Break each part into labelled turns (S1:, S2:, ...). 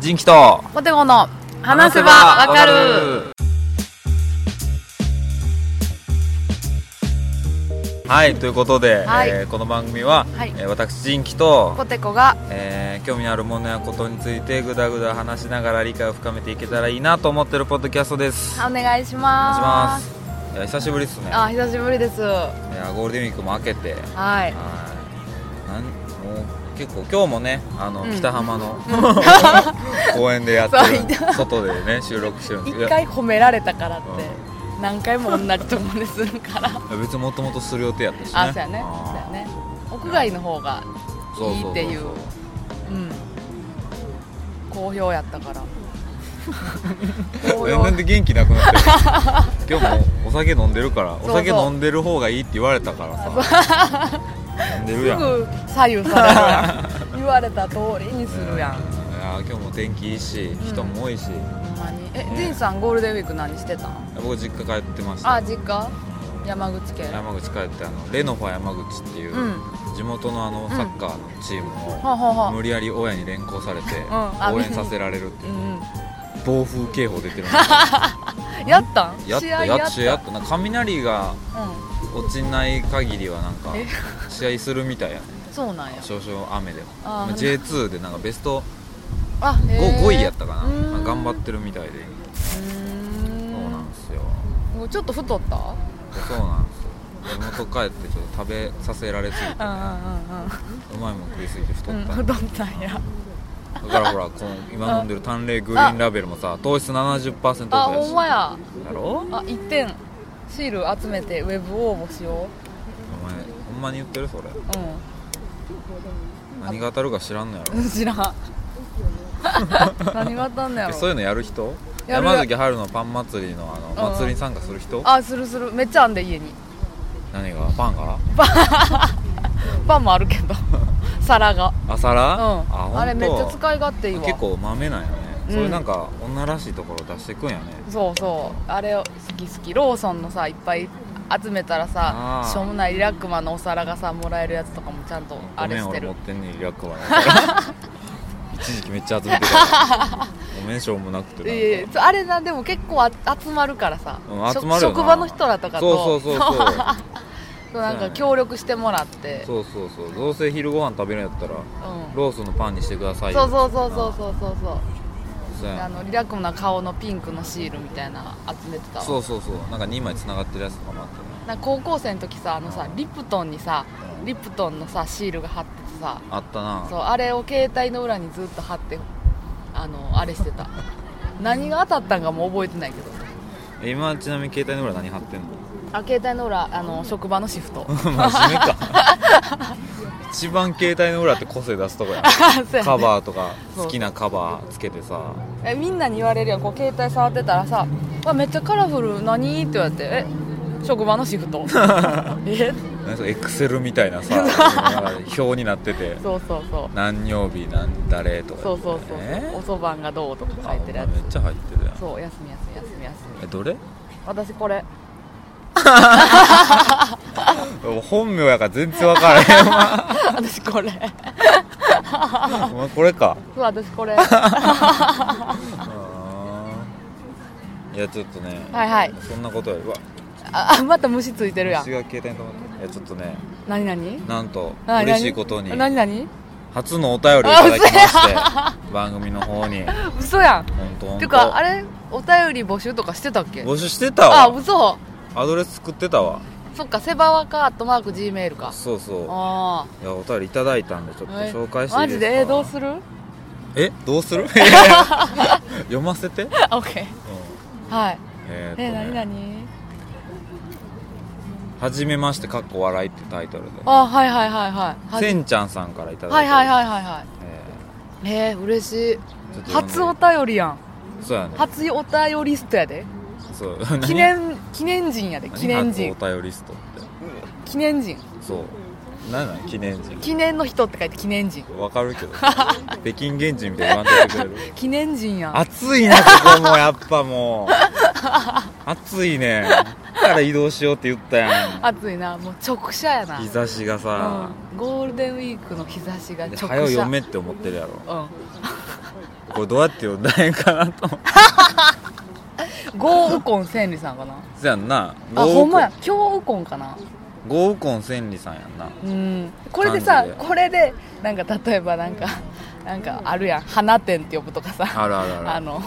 S1: 人気と
S2: ポテゴの話せばわかる
S1: はいということで、
S2: はい
S1: えーこの番組は、
S2: はい
S1: えー私人気と
S2: ポテコが
S1: えー興味のあるものやことについてぐだぐだ話しながら理解を深めていけたらいいなと思ってるポッドキャストです
S2: お願
S1: お
S2: いし
S1: 願いしま
S2: ますす
S1: いや久しぶりですねい
S2: あ久しぶりですは
S1: やゴールデンウィークも明けて
S2: い
S1: はいなんもう結構今日もねあの、
S2: うん
S1: 北浜 の公園でやってる外でね収録してるんですけ
S2: 一
S1: どいや
S2: 回褒められたからって何回も同じところでするから
S1: いや別にもともとする予定やったしね
S2: あそうやね
S1: あー
S2: そうやね屋外の方が
S1: そうそうそうそう
S2: いいっていううん好評やったから好
S1: 全
S2: 評
S1: 然で元気なくなっ てる今日もお酒飲んでるから
S2: そう
S1: お酒飲んでる方がいいって言われたからさ飲んでするやん
S2: ぐ左右される やん言われた通りにす
S1: うん
S2: るやん
S1: いや今日も天気いいし人も多いし、
S2: ほんまにえ
S1: ね
S2: ジンさんゴールデンウィーク何してたの
S1: 僕実家帰ってました
S2: あ実家山口県
S1: 山口帰ってあのレノファ山口っていう、
S2: うん
S1: 地元のあのサッカーのチーム
S2: はあ
S1: を、
S2: はあはあ
S1: 無理やり親に連行されて、
S2: んあ
S1: 応援させられるって
S2: う
S1: いうん暴風警報出てるの
S2: うんやったん
S1: やっ
S2: 試
S1: た
S2: 合
S1: や
S2: や
S1: っ
S2: った
S1: やったなんか雷が
S2: うん
S1: 落ちない限りはなんか
S2: え
S1: 試合するみたいやね
S2: そうなんや
S1: 少々雨でも
S2: あー
S1: J2 でなんかベスト
S2: あ
S1: 5,
S2: へー
S1: 5位やったかな、
S2: うーん
S1: まあ頑張ってるみたいでそうなんですよ
S2: うーんちょっと太ったうん
S1: そうなんですよ地元帰ってちょっと食べさせられすぎて、ね、うまいもん食いすぎて太
S2: うんうんうん
S1: った、
S2: うん太ったんや
S1: だからほらこの今飲んでる淡麗グリーンラベルもさ糖質70%と
S2: あ
S1: かや
S2: ほ
S1: し
S2: んまや
S1: だろ
S2: あ一点シール集めてウェブ応募しよ
S1: お前ほんまに言ってるそれ
S2: うう
S1: 何が当たるか知らんのやろ
S2: ん 知らん 何があったんだや
S1: え
S2: ろ
S1: そういうのやる人
S2: やる
S1: 山崎春のパン祭りのあの
S2: うん
S1: 祭りに参加する人
S2: あするするめっちゃあんで家に
S1: 何がパンが
S2: パンもあるけど皿が
S1: 朝ラ
S2: う
S1: あほん
S2: ん
S1: と
S2: あれめっちゃ使い勝手いいわ
S1: 結構豆なんやね
S2: うん
S1: そういうなんか女らしいところ出してくんやね
S2: そうそうあれを好き好きローソンのさいっぱい集めたら
S1: あ
S2: さ
S1: ー
S2: しょうもないリラックマのお皿がさもらえるやつとかもちゃんとあ
S1: ごめ
S2: れ
S1: ん
S2: して
S1: 俺持
S2: る
S1: ってんねんリラックマや 一時期めっちゃ集めてたごめんしょうもなくてなんか
S2: ええそうあれなでも結構あ集まるからさ、
S1: うん
S2: しょ
S1: 集まるよな
S2: 職場の人らとか
S1: そう
S2: と
S1: そうそう そう
S2: そうなんか協力してもらって
S1: そうそうそうどうせ昼ご飯食べるんやったら
S2: うん
S1: ロースのパンにしてくださいよ
S2: そうそうそうそうそうそうそう
S1: そう
S2: あ
S1: やん
S2: のリラックマの顔のピンクのシールみたいなの集めてたわ
S1: そうそうそうなんか2枚つながってるやつとかもあってね
S2: なんか高校生の時さあのさリプトンにさ
S1: うん
S2: リプトンのさシールが貼っててさ
S1: あったな
S2: そうあれを携帯の裏にずっと貼ってあのあれしてた 何が当たったんかもう覚えてないけど
S1: え今ちなみに携帯の裏何貼って んの
S2: あ携帯の裏あの職場のシフ ト
S1: 真面目か一番携帯の裏って個性出すとこやん
S2: そうや
S1: カバーとか
S2: そう
S1: 好きなカバーつけてさ
S2: えみんなに言われるやんこう携帯触ってたらさ「わめっちゃカラフル何?」って言われて「え職場のシフ ト」え
S1: エクセルみたいなさなんか表になってて
S2: そうそうそう
S1: 何曜日何誰とか
S2: そうそうそう、
S1: え
S2: おそばんがどうとか書いてるや
S1: あお前めっ
S2: つ
S1: ちゃ入ってるやん
S2: そう休み休み休み休み
S1: えどれ
S2: 私 これ
S1: 本名やから全然分からへんわ
S2: 私これ
S1: お前これか
S2: そう私 これ
S1: いやちょっとね
S2: はいはい
S1: そんなことよりうわ
S2: ああまた虫ついてるやん
S1: 私が携帯に止まっていやちょっとね
S2: 何何
S1: なんと
S2: 何
S1: 嬉しいことに
S2: 何何
S1: 初のお便りをいただきまして番組の方に
S2: 嘘やん
S1: 本当
S2: てかあれお便り募集とかしてたっけ
S1: 募集してた
S2: あ
S1: わ
S2: 嘘
S1: アドレス作ってたわ
S2: そっかセバワカアットマーク Gmail か
S1: そうそ
S2: あ
S1: ういやお便りいただいたんでちょっと
S2: あ
S1: 紹介してい
S2: マ
S1: いですか
S2: ジでえどうする
S1: えどうするいやいや読ませて、うん
S2: オッケーはい
S1: えーっと
S2: え
S1: ね
S2: 何何
S1: はじめましてかっこ笑いってタイトルで
S2: あはいはいはいはいは
S1: せ
S2: い
S1: んちゃんさんからいただいて
S2: はいはいはいはいは
S1: えー
S2: いえー、嬉しい
S1: ちょっと
S2: 初お
S1: 読んで
S2: 便りやん
S1: そうやね
S2: 初お便りストやで
S1: そう
S2: 記
S1: 何
S2: 念記念人やで
S1: 何
S2: 記念人
S1: 初お便りストって
S2: 記念人
S1: そう何なん記念人
S2: 記念の人って書いて記念人
S1: わかる けど北京原人みたいに言わんといてくれる
S2: 記念人やん
S1: 暑いなここもやっぱもう暑いねだから移動しようって言ったや
S2: 暑いなもう直射やなん
S1: 日差しがさ、
S2: うん、ゴールデンウィークの日差しが
S1: で
S2: 直射
S1: 早う読めって思ってるやろ
S2: うん
S1: これどうやって呼んだらええんかなと思って
S2: ゴーウコン千里さ んかな
S1: そやんな豪
S2: あ
S1: 雨
S2: ほんまや京ウコンかな
S1: ゴーコン千里さんやんな
S2: うんこれでさ
S1: 感じで
S2: これでなんか例えばなんか なんかあるやん花店って呼ぶとかさ
S1: あるあるある
S2: あの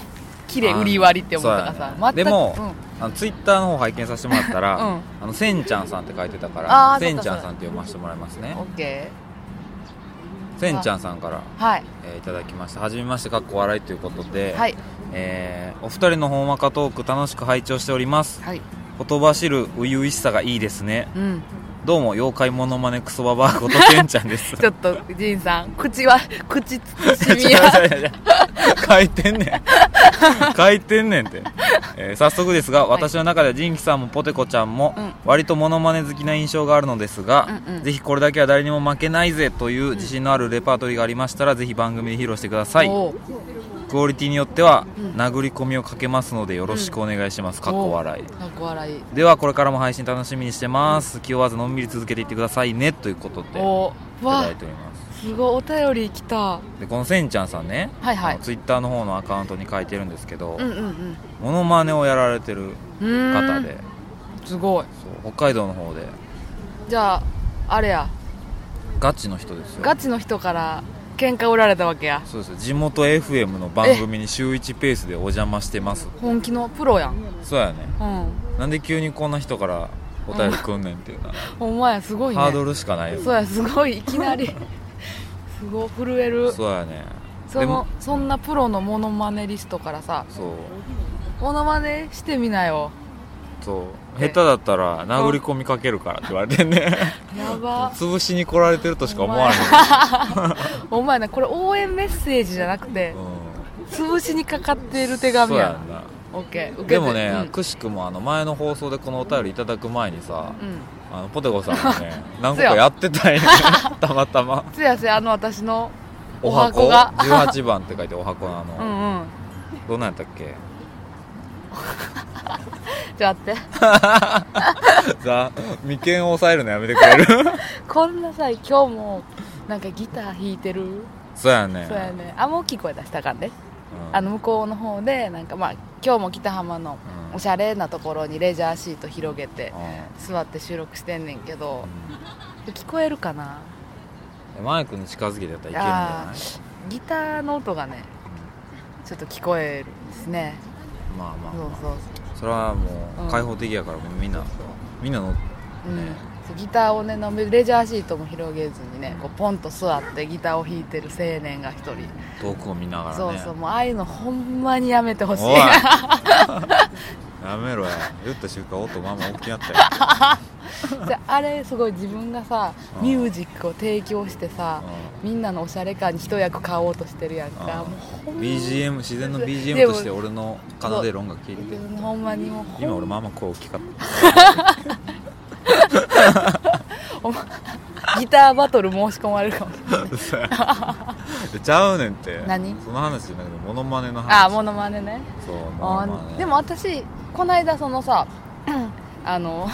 S2: 綺麗売り割りって呼ぶとか
S1: そうや
S2: さ
S1: ね
S2: 全く
S1: でも、
S2: うん
S1: あのツイッターの方拝見させてもらったら、
S2: うん
S1: あのせんちゃんさんって書いてたか
S2: あ
S1: ら
S2: ー
S1: せん
S2: そっ
S1: ち
S2: か
S1: ゃん
S2: そっか
S1: さんって読ませてもらいますね
S2: オッケ
S1: せんちゃんさんから、
S2: ーはい
S1: えーいただきましたはじめましてかっこ笑いということで、
S2: はい
S1: えーお二人のほんわかトーク楽しく拝聴しております
S2: はい
S1: ほとばしる初々しさがいいですね
S2: うん
S1: どうも妖怪モノマネクソババアことせんちゃんです
S2: ちょっとジンさん口は口慎み
S1: ち
S2: や
S1: ゃ ちゃちゃ書いてんねん書いてんねんって、えー早速ですが私の中ではジンキさんもポテコちゃんも
S2: うん
S1: 割とモノマネ好きな印象があるのですが、
S2: うんうん
S1: ぜひこれだけは誰にも負けないぜという自信のあるレパートリーがありましたら、ぜひ番組で披露してください
S2: おう
S1: クオリティによっては
S2: うん
S1: 殴り込みをかけますのでよろしくお願いします、かっこ笑い
S2: かっこ笑い
S1: ではこれからも配信楽しみにしてます気負わずのんびり続けていってくださいねということでいた
S2: おうわ
S1: だいております
S2: すごいお便り来た
S1: でこのせんちゃんさんね、
S2: はいはい
S1: ツイッターの方のアカウントに書いてるんですけど、
S2: うんうん
S1: モノマネをやられてる
S2: うん
S1: 方
S2: う
S1: で
S2: ーんすごい
S1: そう北海道の方で
S2: じゃああれや
S1: ガチの人ですよ
S2: ガチの人から喧嘩売られたわけや
S1: そうです地元 FM の番組に週1ペースでお邪魔してます
S2: 本気のプロやん
S1: そうやね
S2: うん
S1: なんで急にこんな人からお便りくんねんって いうな、
S2: ほんまやすごいね
S1: ハードルしかないよ
S2: そうやすごいいきなり すごい震える
S1: そうやね
S2: そ
S1: で
S2: の
S1: も
S2: そんなプロのモノマネリストからさ
S1: そう
S2: モノマネしてみなよ
S1: そう下
S2: え
S1: 手だったら殴り込みかけるからって言われてね
S2: やば
S1: 潰しに来られてるとしか思わ
S2: お前なこれ応援メッセージじゃなくて
S1: ない、うん
S2: 潰しにかかっている手紙
S1: そう
S2: や
S1: や
S2: なん
S1: な
S2: オッケー受けて
S1: でもね、
S2: うん
S1: くしくもあの前の放送でこのお便りいただく前にさ、
S2: うん
S1: あのポテコさんが ね何個かやってたんやね たまたま
S2: つやせあの私のお
S1: 箱
S2: 箱が
S1: 18番って書いてお箱のあ
S2: う
S1: の、
S2: んうん
S1: どんなんやったっけ
S2: ちょっと待って
S1: ザ眉間を抑えるのやめてくれ る
S2: こんなさ今日もなんかギター弾いてる
S1: そうやね
S2: そうやねあんま大きい声出したらあかんで、ね
S1: うん
S2: あの向こうの方でなんかまあ今日も北浜の
S1: うん
S2: おしゃれなところにレジャーシート広げて
S1: う
S2: 座って収録してんねんけど
S1: ん
S2: 聞こえるかな
S1: うんマイクに近づけてやったらいけるんじ
S2: あ
S1: ゃ
S2: ギターの音がねちょっと聞こえるんですね
S1: ないまあま
S2: そ
S1: あ
S2: う
S1: まあ
S2: そう
S1: それはも
S2: うん
S1: う開放的やからもうみんなみんなの
S2: そう、うん
S1: ね
S2: そうギターをねのレジャーシートも広げずにねこうポンと座ってギターを弾いてる青年が一人、
S1: 遠くを見ながらね
S2: そうそうもうああいうのほんまにやめてほしい
S1: おい やめろや言った瞬間音まんま大きなったよ
S2: じゃああれすごい自分がさ
S1: うん
S2: ミュージックを提供してさみんなのおしゃれ感に一役買おうとしてるやんかもう
S1: う
S2: ほ
S1: んん
S2: ま
S1: BGM 自然の
S2: で
S1: BGM
S2: も
S1: として俺の奏でる音楽聴いてて
S2: ほんまにもうほん
S1: 今俺まんま声大きか った
S2: お前ギターバトル申し込まれるかもしれない
S1: ちゃうねんって
S2: 何
S1: その話じゃなくてモノマネの話
S2: ああモノマネね
S1: そうモ
S2: あ
S1: ノマネ
S2: ーでも私こないだそのさあの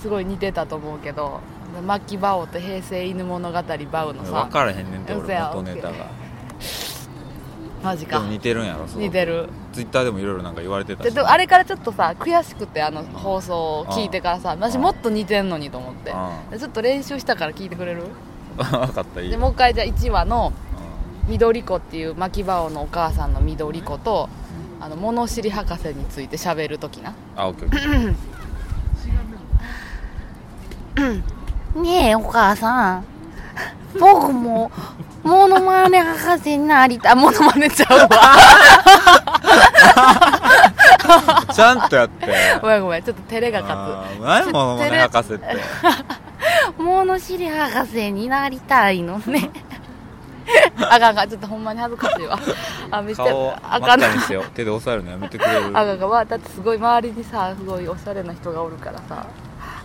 S2: すごい似てたと思うけどマキバオと平成犬物語バウのさ
S1: 分からへんねんって
S2: 嘘
S1: 俺
S2: や
S1: 元ネタが
S2: マジ
S1: で
S2: か
S1: も似てるんやろすご
S2: 似て
S1: く
S2: る
S1: ツイッターでもいろいろなんか言われてた
S2: で
S1: し
S2: でもあれからちょっとさ悔しくてあの放送を聞いてからさ私
S1: うん
S2: もっと似てんのにと思って
S1: う
S2: でちょっと練習したから聞いてくれる
S1: 分かったいい
S2: で
S1: よ
S2: もう一回じゃあ1話の
S1: う
S2: 緑子っていうマキバオのお母さんの緑子とあの物知り博士について喋るときなん
S1: あオッケーオッケー
S3: ねえお母さん 僕もモノマネ博士になりたいモノマネちゃうわ
S1: ちゃんとや って
S2: ごめんごめんちょっと照れが勝
S1: あー何やモノマネ博士って
S3: 物知り博士になりたいの ね
S2: つあかんあかんちょっとほんまに恥ずかしいわあ見せて
S1: 顔を
S2: あ
S1: 真
S2: か
S1: っ赤
S2: ん
S1: に
S2: あ
S1: してよ手で押さえるのやめてくれる
S2: かんあかんわだってすごい周りにさすごいおしゃれな人がおるからさ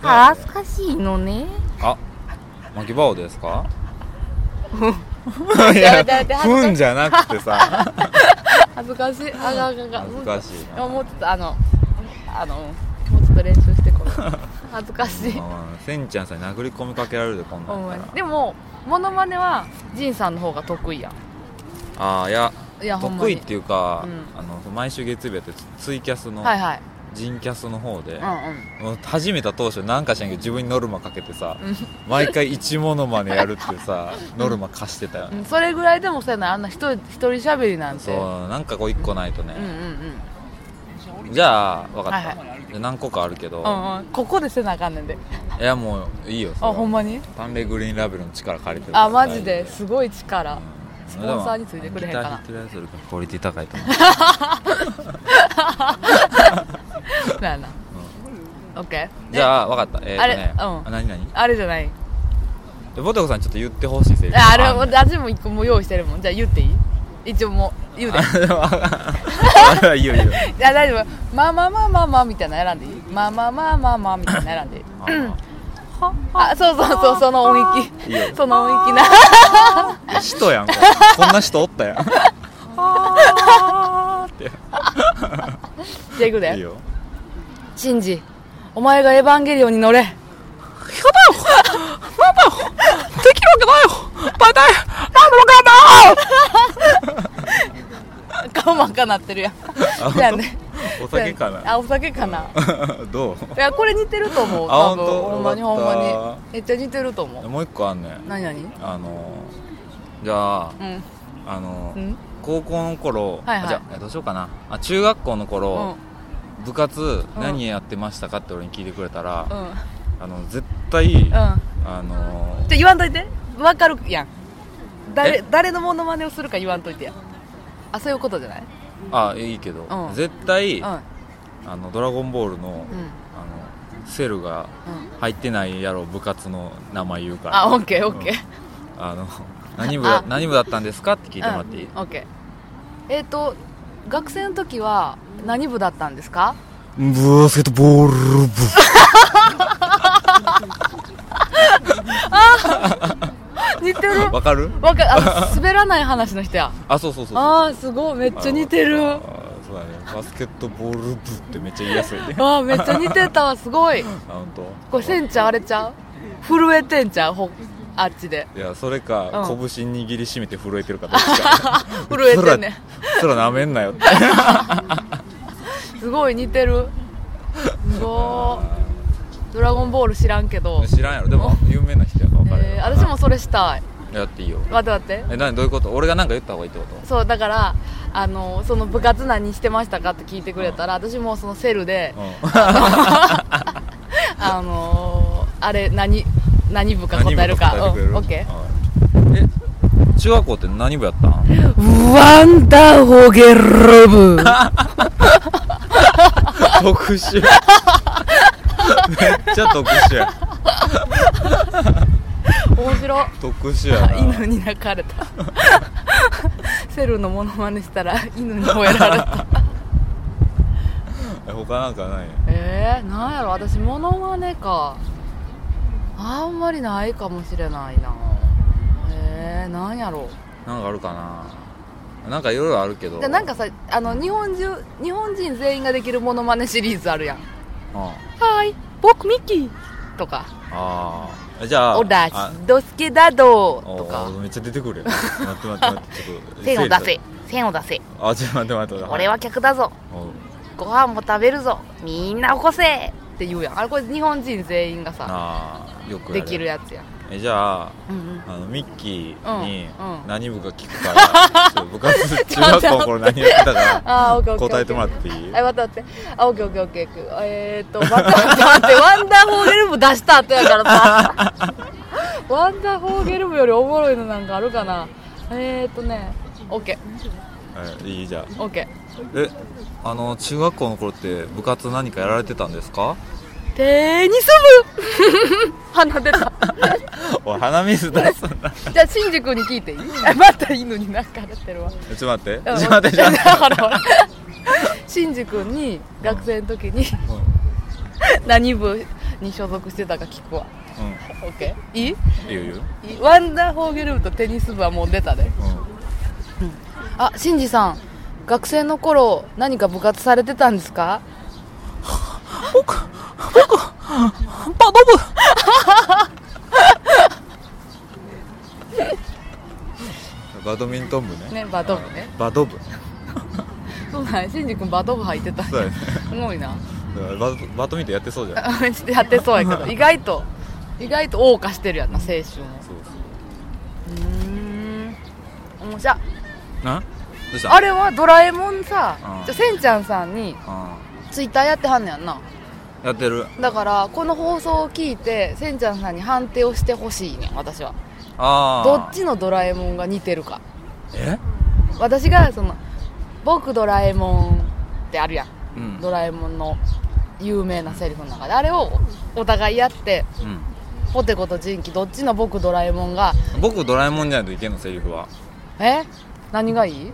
S3: 恥ずかしいのね
S1: あ、巻きバオですか？い
S2: や
S1: や、
S2: めてやめて
S1: ふんじゃなくてさ、
S2: 恥ずかしいあかんあかんあかん
S1: 恥ずかしいな
S2: もうもうちょっとあのあのもうちょっと練習してこれ恥ずかしい
S1: うんせんちゃんさんに殴り込みかけられるでこんな
S2: ほ
S1: ん
S2: ん
S1: や
S2: ま
S1: っ
S2: に
S1: たら。
S2: でもモノマネはジンさんの方が得意やん
S1: あーいや、
S2: いやほんま
S1: 得意
S2: に
S1: っていうか、
S2: う
S1: あの毎週月曜日やってるツイキャスの、
S2: はいはい
S1: ジンキャスの方で、
S2: う
S1: もう始めた当初なんかしないけど自分にノルマかけてさ
S2: んうん
S1: 毎回一モノマネやるっていうさノルマ貸してたよね、
S2: うんそれぐらいでもそうやなあんな一人一人しゃべりなんて
S1: そうなんかこう一個ないと
S2: うんうん
S1: ね、じゃあ分かった、
S2: はいは
S1: じゃあ何個かあるけど、
S2: うんうんうんここでせなあかんねんで
S1: いやもういいよそれ
S2: あ
S1: は
S2: ほんまに
S1: 淡麗グリーンラベルの力借りてるから
S2: あマジ
S1: 大
S2: で
S1: 丈
S2: すごい力
S1: 夫
S2: スポンサーについてくれへんかな
S1: ギター弾いてるやつよりかクオリティ高いと思
S2: そうやなオッケー
S1: うじゃあ分かったえー、とね
S2: あれうん
S1: 何何
S2: あれじゃない
S1: でボテコさんちょっと言ってほしいセリフ
S2: ああれ
S1: んねん
S2: 私も一個もう用意してるもんじゃあ言っていい一応もう 言う で
S1: あいいよいいよ
S2: いや大丈夫まあまあまあまあまあみたいなの選んでいいまあまあまあまあまあみたいなの選んでいい
S1: あー
S2: あそうそうそうその音域
S1: いいよ
S2: その音域な
S1: 人やんこれこんな人おった やん
S2: じゃあいく
S1: いい
S2: で
S1: よ
S2: シンジお前がエヴァンゲリオンに乗れ
S1: できるわけないよバタイなんのか
S2: 顔真っ赤なってるやんじゃあね
S1: お酒かな
S2: あお酒かな
S1: ど
S2: いやこれ似てると思う
S1: あ
S2: 多
S1: ほ
S2: 分
S1: んと
S2: ほんまに
S1: よ
S2: ほん
S1: かった
S2: まにめっちゃ似てると思
S1: う
S2: う
S1: もう一個あんねん
S2: 何何
S1: あのーじゃあ
S2: うん
S1: あの
S2: う
S1: ー
S2: ん
S1: 高校の頃
S2: はいはい
S1: あじゃあどうしようかなあ中学校の
S2: う
S1: 頃
S2: ん
S1: 部活何やってましたかって俺に聞いてくれた
S2: う
S1: ら
S2: んうん
S1: あの絶対
S2: じゃ
S1: あのー
S2: 言わんといてわかるやん誰
S1: え
S2: 誰のモノマネをするか言わんといてやあそういうことじゃない
S1: あいいけど
S2: うん
S1: 絶対
S2: うんうん
S1: あのドラゴンボールのあのセルが
S2: うん
S1: 入ってないやろ部活の名前言うから
S2: あオッケーオッケー
S1: あの何部だ
S2: あ
S1: 何部だったんですかって聞いてもらっていい、
S2: うん、オッケーえっ、と学生の時は何部だったんで すか
S1: バスケットボール部
S2: 似てる
S1: わかる
S2: わかあ滑らない話の人や
S1: あそうそうそうそう
S2: ああすごいめっちゃ似てる
S1: あそうだねバスケットボール部ってめっちゃ言いやすい ねあ
S2: ああめっちゃ似てたわすごい
S1: 本当。
S2: これせんちゃんあれちゃう震えてんちゃうほあっちで
S1: いやそれか、
S2: うん
S1: 拳握りしめて震えてるかどっちか
S2: 震えて んね
S1: そらなめんなよって
S2: すごい似てるすごいドラゴンボール知らんけど、
S1: 知らんやろでも有名な人やから分かる
S2: えー、私もそれしたい
S1: やっていいよ
S2: 待って待って
S1: え何どういうこと俺が何か言った方がいいってこと
S2: そうだからあのその部活何してましたかって聞いてくれたら、私もそのセルで、
S1: う
S2: あのー、あれ何何部か
S1: ん何部
S2: 答えるか
S1: 答えてくれ
S2: う
S1: る
S2: んオッケ
S1: うんえ中学校って何部やったん
S2: ーワンダーホゲルブ
S1: 特殊 めっちゃ特殊や
S2: 面白
S1: 特殊やな
S2: 犬に泣かれた セルのモノマネしたら犬に吠えられた
S1: え他なんかない
S2: えー、なんやろ私モノマネかあんまりないかもしれないなえー、なんやろ
S1: なんかあるかななんかいろいろあるけど
S2: でなんかさあの日本中日本人全員ができるモノマネシリーズあるやん
S1: うんあ
S2: 「はい僕ミッキー」とか
S1: あーじゃあ
S2: オラ
S1: あ
S2: ドスケダド
S1: お
S2: とか
S1: ーめっちゃ出てくる よ待って待って待ってちょっと
S3: 線を出
S1: 整理
S3: せ線を出せ
S1: さあちょっと待って待って待って
S3: 俺は客だぞ
S1: おう
S3: ご飯も食べるぞみんな起こせ
S2: って言うやんあれこれ日本人全員がさ
S1: ああよく
S2: できる
S1: や
S2: やつやん
S1: えじゃあ
S2: うんうん
S1: あのミッキーに
S2: うんうん
S1: 何部か聞く から、ちょっと部活中学校の頃何やってたか
S2: あーオッケ
S1: ら
S2: ー オッケー
S1: 答えてもらっていい
S2: あ待って待ってあオッケーオッケーオッケーオッケーえーっと待って待って待ってワンダーフォーゲルム出した後やからさワンダーフォーゲルムよりおもろいのなんかあるかなえー、っとねオッケ
S1: えいいじゃあ
S2: ーオッケ
S1: えあの中学校の頃って部活何かやられてたんですか
S2: ーテニス部 鼻出た
S1: おい鼻水出すんだ ち
S2: じゃあ新宿に聞いていいまた犬に泣かれてるわ
S1: ょっと待ってちょ
S2: うん
S1: っと待ってちょっと待って
S2: ほらほら真司君に学生の時に何部に所属してたか聞くわ
S1: う
S2: OK いい
S1: ん、うん、いいよいいよ、
S2: いいワンダーフォーゲルムとテニス部はもう出たで
S1: う
S2: あ真司さん学生の頃何か部活されてたんですか
S1: ん、バドブバドミントン部ね
S2: ねバド部ね
S1: バド部
S2: そうなんやシンジ君バド部入ってたん
S1: そうや
S2: や
S1: ね
S2: すごいな
S1: だからバドバドミントンやってそうじゃん
S2: やってそうやけど意外と意外と謳歌してるやんな青春を
S1: そう
S2: うーんおもしゃ
S1: そうなどうした
S2: あれはドラえもんさ
S1: うん
S2: じゃせんちゃんさんに
S1: う
S2: ツイッターやってはんねやんなん
S1: やってる
S2: だからこの放送を聞いてせんちゃんさんに判定をしてほしいねん私は
S1: ああ
S2: どっちのドラえもんが似てるか
S1: え
S2: 私がその「僕ドラえもん」ってあるやん
S1: うん
S2: ドラえもんの有名なセリフの中であれをお互いやって
S1: うん
S2: ポテコとジンキどっちの僕ドラえもんが
S1: 僕ドラえもんじゃないといけんのセリフは
S2: え何がいい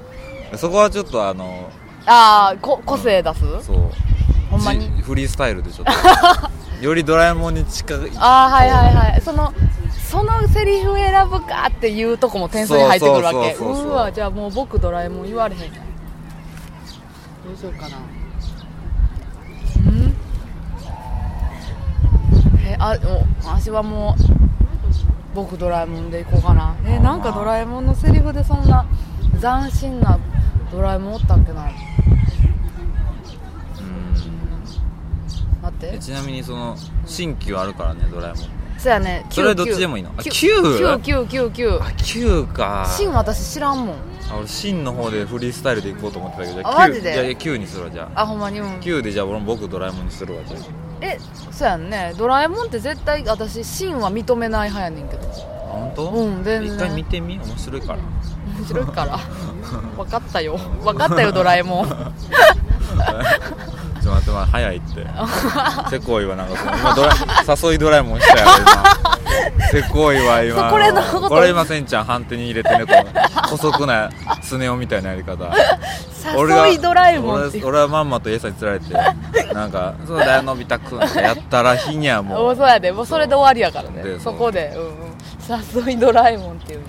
S1: そこはちょっとあの
S2: ああこ個性出す
S1: そう
S2: ほんまに
S1: じフリースタイルでちょっ とよりドラえもんに近い
S2: ああはいはいはいそのそのセリフ選ぶかっていうとこも点数に入ってくるわけ
S1: そうそうそうそうそう
S2: うわじゃあもう僕ドラえもん言われへんやんどうしようかなうんえあもう私はもう僕ドラえもんでいこうかなえなんかドラえもんのセリフでそんな斬新なドラえもんおったっけな
S1: うん
S2: 待って
S1: えちなみにその新旧あるからねドラえもん
S2: そうやね
S1: それはどっちでもいいのあ9
S2: 9999
S1: あ旧か
S2: 芯私知らんもん
S1: あ俺新の方でフリースタイルでいこうと思ってたけどじゃ
S2: あ
S1: 9
S2: マジで
S1: じゃあいや9にするわじゃあ
S2: あほんまにうん
S1: 9でじゃあ俺も僕ドラえもんにするわじゃ
S2: えそうやんねドラえもんって絶対私芯は認めない派やねんけど
S1: あ本当？
S2: うん全然
S1: 一回見てみ面白いから
S2: 面白いから 分かったよ分かったよドラえもん
S1: ちょっと待って、まあ、早い ってせこいはなんかその今ドラ誘いドラえも んしたやろ今せこいわ今
S2: そうこれのこと
S1: これ今せんちゃん判定に入れてねこの姑息なスネ夫みたいなやり方
S2: 誘いドラえもんって
S1: 俺は俺はまんまと餌に釣られてなんか「そうだよのび太くん」ってやったら日にはも
S2: も
S1: う
S2: うそうやでもうそれで終わりやからね
S1: で
S2: そこで、うんうん、誘いドラえもんっていうんや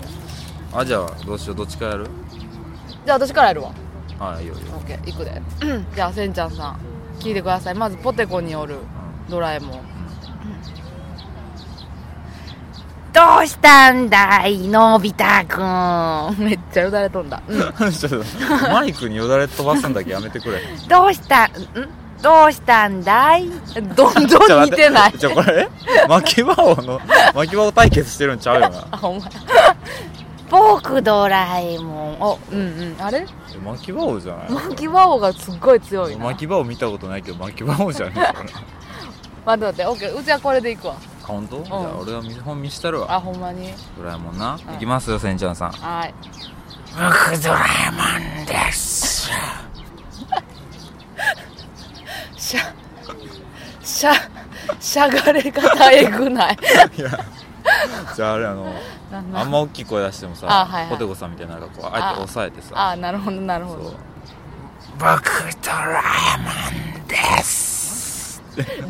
S1: あじゃあどうしようどっちかやる
S2: じゃあ私からやるわ
S1: あいいよいいよ
S2: OK いくでじゃあせんちゃんさん聞いてくださいまずポテコによるドラえもん
S3: どうしたんだいのび太くん
S2: めっちゃよだれ飛んだ、うん、
S1: ちょっとマイクによだれ飛ばすんだけやめてくれ
S3: どうしたんどうしたんだい
S2: どん
S1: ちょ
S2: どん
S1: 待
S2: 似
S1: って
S2: ない
S1: ちょこれ巻き場王の巻き場王対決してるんちゃうよな
S2: あほんま
S3: 僕ドラえもん
S2: おうんうんあれ
S1: え巻き場王じゃない
S2: 巻きバオがすっごい強いな
S1: 巻き場を見たことないけど巻き場王じゃねえから
S2: 待って待って OK うちはこれでいくわ
S1: あ本当、じゃあ俺は見本見したるわ
S2: あほんまに
S1: ドラえもんな、
S2: ん
S1: いきますよせんちゃんさん
S2: はい
S1: 僕ドラえもんです
S2: しゃしゃ しゃがれ方えぐない
S1: いやじゃああれあの
S2: なんなん
S1: あんま大きい声出してもさ
S2: あはいはい
S1: ポテコさんみたいなのがこうあえて抑えてさ
S2: あなるほどなるほ
S1: そう
S2: ど
S1: 僕ドラえもんです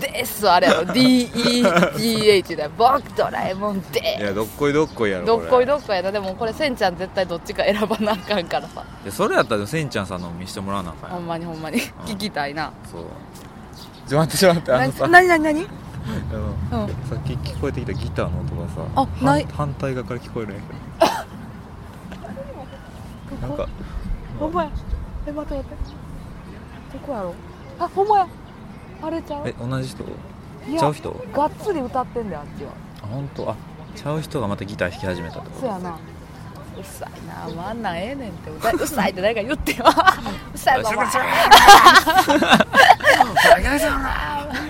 S2: ですあれやろ DEDH だよ僕ドラえもん
S1: い
S2: で
S1: やどっこいどっこいやろ
S2: どっこい
S1: ど
S2: どっこいやなでもこれせんちゃん絶対どっちか選ばなあかんからさ
S1: それやったらせんちゃんさんのも見してもらわなあかんや
S2: ほんまにほんまに聞きたいな
S1: そうちょ待ってちょ待ってあのさ
S2: ななになになに
S1: あの
S2: うん
S1: さっき聞こえてきたギターの音がさ
S2: あ
S1: 反
S2: ない
S1: 反対側から聞こえるんやけどなんか
S2: ほんまやえ待って待ってどこやろあほんまやあれちゃう
S1: え同じ人
S2: いや
S1: ちゃう人
S2: がっつり歌ってんだよあっちは
S1: あ本当あちゃう人がまたギター弾き始めたってこ
S2: そうやなうっさいなもうあんなんええねんって歌いうっ さいって誰か言 ってようっさいぞお前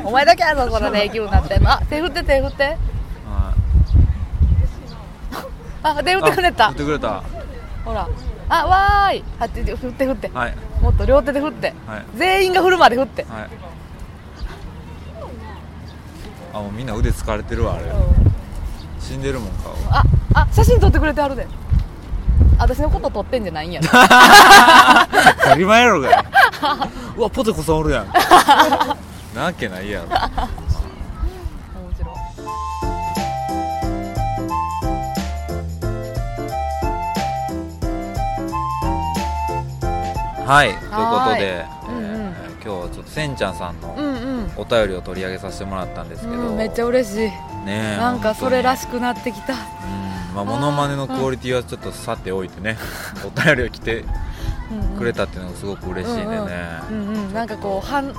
S2: お前だけやぞこの礼儀になってんのあ手振って手振って
S1: とは
S2: あ手振
S1: い
S2: ってくれ
S1: あ振
S2: た
S1: ってくれた
S2: ほらあわーいあ手振って振って
S1: はい
S2: もっと両手で振って
S1: はい
S2: 全員が振るまで振って
S1: はいあもうみんな腕疲れてるわあれ死んでるもん顔
S2: ああ写真撮ってくれてはるで私のこと撮ってんじゃないんやろ
S1: 当たり前やろ がうわポテコさんおるやんなわけないやろ
S2: 面白い
S1: はい、ということで、
S2: ーいうんうん
S1: えー今日はちょっとせんちゃんさん
S2: う
S1: の
S2: んうん
S1: お便りを取り上げさせてもらったんですけど、
S2: うん、めっちゃ嬉しい
S1: ねえ
S2: なんかそれら
S1: 本
S2: しくなってき
S1: 当
S2: た
S1: にうんまあ、モノマネのクオリティはちょっとさておいてね、お便りを来て
S2: うんうん
S1: くれたっていうのがすごく嬉しいんでね、
S2: うんうんなんかこう反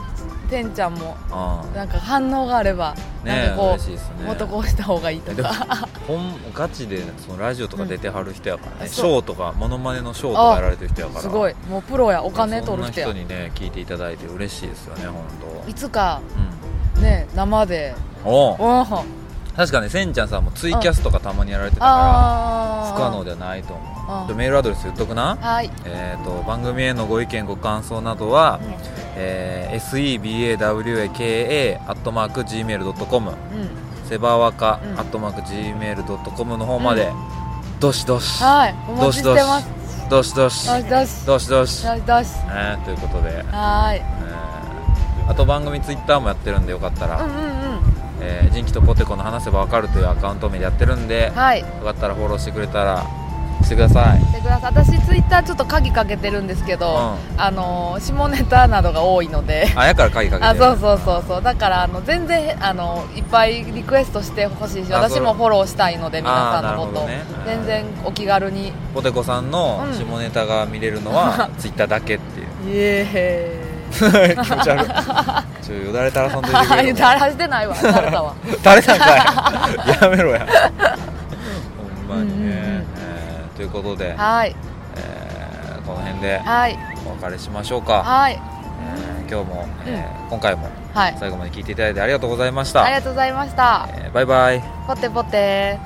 S2: てんちゃんも
S1: ああ
S2: なんか反応があれば、
S1: ねえ
S2: なんかこ
S1: 嬉しいですね
S2: うもっとこうした方がいいと
S1: でも
S2: か
S1: ほんガチでそのラジオとか出てはる人やからね、
S2: うん
S1: ショーとかモノマネのショーとかやられてる人やから
S2: すごいもうプロやお
S1: お
S2: 金取る人や
S1: そんな人にね聞いていただいて嬉しいですよね本
S2: いつか
S1: 当
S2: ね生で
S1: うんおう
S2: うん
S1: 確かねせんちゃんさんもツイキャスとかたまにやられてたか
S2: あ
S1: ら
S2: あ
S1: 不可能ではないと思う
S2: あ
S1: でメールアドレス言っとくな
S2: はい
S1: えー、と番組へのご意見ご感想などは、
S2: うん
S1: えー sebawaka.gmail.com
S2: うん
S1: セバワカ
S2: うん
S1: .gmail.com の方まで、
S2: う
S1: どしどし、
S2: はいお
S1: ど
S2: 待ち
S1: し
S2: し
S1: ど
S2: て
S1: し
S2: ます
S1: どしどし
S2: どしどし
S1: どしどし、
S2: どしどし
S1: えーということで、
S2: は
S1: えーあと番組ツイッターもやってるんでよかった
S2: ーい
S1: ら、
S2: うんうんうん
S1: えージンキとポテコの話せばわかるというアカウント名でやってるんで、
S2: はい
S1: よかったらフォローしてくれたらしてください
S2: してください私ツイッターちょっと鍵かけてるんですけど、
S1: う
S2: あのー下ネタなどが多いので
S1: あやから鍵かけて
S2: あそうそう
S1: う
S2: そうそうだからあの全然あのいっぱいリクエストしてほしいし
S1: あそ
S2: 私
S1: れ
S2: もフォローしたいので皆さんのこと、
S1: あーなるほどね
S2: 全然お気軽に
S1: ポテコさんの
S2: うん
S1: 下ネタが見れるの は、ツイッターだけっていう
S2: イエ
S1: 気持ち悪いちょよだれ垂らさんといてくれ
S2: ーイ
S1: る
S2: だらしてないわだれ たわ
S1: 垂れたん かいやめろやほんまにね、
S2: うんうんうん
S1: えーということで、
S2: はい
S1: えーこの辺で
S2: はい
S1: お別れしましょうか、
S2: はい
S1: えー今日も、えー今回も
S2: はい
S1: 最後まで聞いていただいてありがとうございました
S2: ありがとうございました
S1: えーバイバイ
S2: ポテポテ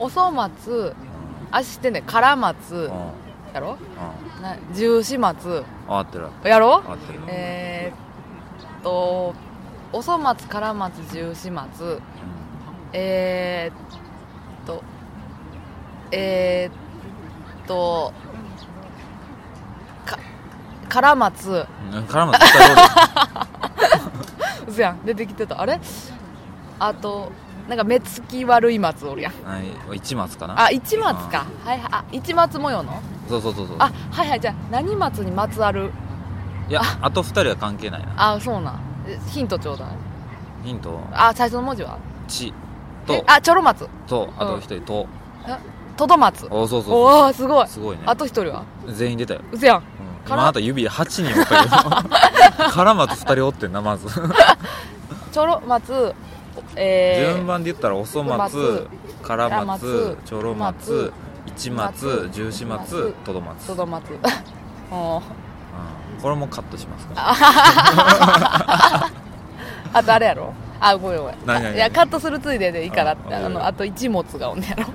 S2: お粗末あ知ってんねカラマツ
S1: うんうん
S2: やろ
S1: あ
S2: な十四松
S1: 合ってる
S2: やろ
S1: 合ってる
S2: えー、っとお粗末から松十四松えー、っとえー、っとかから松
S1: うん絡むの絶 対どうです
S2: うそやん出てきてたあれあとなんか目つき悪い松おるやん
S1: はい一松かな
S2: あ一松かはいはいあ一松模様の
S1: そうそうそうそう
S2: あはいはいじゃあ何松に松ある
S1: いやあと二人は関係ないな
S2: あそうなんえヒントちょうだい
S1: ヒント
S2: あ最初の文字は
S1: 「ち」
S2: え
S1: と
S2: あちょろ松
S1: 「と」あと一人「と
S2: あとど松」
S1: おそうそうそう
S2: おおすごい
S1: すごいね
S2: あと一人は
S1: 全員出たよ、
S2: うせやん
S1: うん、
S2: から
S1: 今あなた指8人お ったけどからまず2人おってんなまず
S2: ちょろ松え
S1: 順
S2: ー、
S1: 番で言ったらおそ松
S2: 松
S1: からま
S2: から
S1: つ
S2: 松
S1: ちょろまつ
S2: 松
S1: 一松十四松
S2: 松
S1: とどまつ
S2: とど 松お
S1: う
S2: ー
S1: んこれもカットしますから
S2: あとあれやろあごめんごめん
S1: 何何何
S2: いやカットするついででいいからって
S1: あ
S2: あ
S1: あ
S2: のあと一物がおんねやろ
S1: こ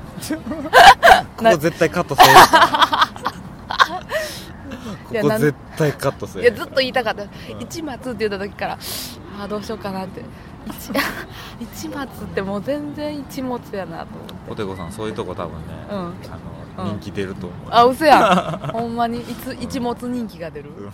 S1: こ絶対カットせえ
S2: いや
S1: ここ
S2: なん
S1: 絶対カットせ
S2: い
S1: えへ
S2: や
S1: ん
S2: ず
S1: か
S2: っ
S1: ら
S2: と言いたかった一松って言った時からあーどうしようかなって一 一松ってもう全然一物やなと思って
S1: ポテコさんそういうとこ多分ね、
S2: うん
S1: あの
S2: うん
S1: 人気出ると思う、
S2: あうせやんほんまにいつ一物人気が出る
S1: うん